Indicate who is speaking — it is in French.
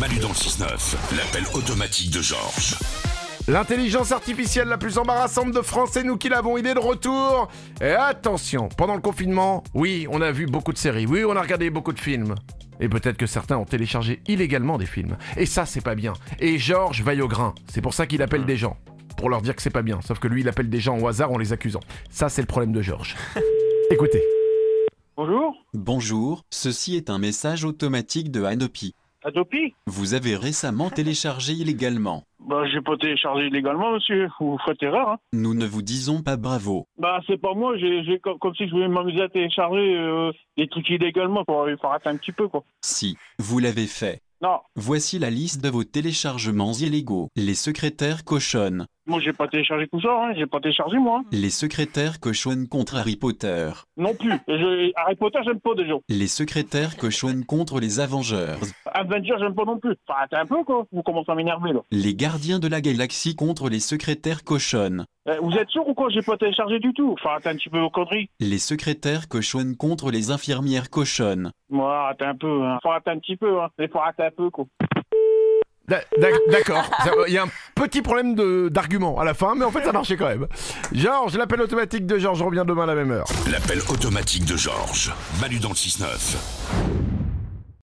Speaker 1: Manu dans le 6-9, l'appel automatique de Georges.
Speaker 2: L'intelligence artificielle la plus embarrassante de France, c'est nous qui l'avons, il est de retour Et attention, pendant le confinement, oui, on a vu beaucoup de séries, oui, on a regardé beaucoup de films. Et peut-être que certains ont téléchargé illégalement des films. Et ça, c'est pas bien. Et Georges vaille au grain, c'est pour ça qu'il appelle des gens. Pour leur dire que c'est pas bien, sauf que lui, il appelle des gens au hasard en les accusant. Ça, c'est le problème de Georges. Écoutez.
Speaker 3: Bonjour,
Speaker 4: Bonjour, ceci est un message automatique de Hadopi.
Speaker 3: Adopi
Speaker 4: Vous avez récemment téléchargé illégalement.
Speaker 3: Bah, j'ai pas téléchargé illégalement, monsieur. Vous faites erreur, hein.
Speaker 4: Nous ne vous disons pas bravo.
Speaker 3: Bah, c'est pas moi, j'ai, j'ai co- comme, si je voulais m'amuser à télécharger euh, des trucs illégalement pour pour arrêter un petit peu, quoi.
Speaker 4: Si, vous l'avez fait.
Speaker 3: Non,
Speaker 4: Voici la liste de vos téléchargements illégaux. Les secrétaires cochonnent.
Speaker 3: moi, j'ai pas téléchargé tout ça, hein. J'ai pas téléchargé, moi. hein.
Speaker 4: Les secrétaires cochonnent contre Harry Potter.
Speaker 3: Non plus. Je, Harry Potter, j'aime pas déjà.
Speaker 4: Les secrétaires cochonnent contre les Avengers.
Speaker 3: Avenger, j'aime pas non plus. Faut arrêter un peu, quoi. Vous commencez à m'énerver, là.
Speaker 4: Les gardiens de la galaxie contre les secrétaires cochonnent.
Speaker 3: Eh, vous êtes sûr ou quoi J'ai pas téléchargé du tout. Faut arrêter un petit peu vos conneries.
Speaker 4: Les secrétaires cochonnent contre les infirmières cochonnes.
Speaker 3: Moi, arrêtez un peu, hein. Faut arrêter un petit peu, hein. Mais faut arrêter un peu, quoi.
Speaker 2: D'a- d'ac- D'accord. Ça- euh, Il y a un petit problème de- d'argument à la fin, mais en fait ça marchait quand même. Georges, l'appel automatique de Georges revient demain à la même heure.
Speaker 1: L'appel automatique de Georges. Manu dans le 6-9.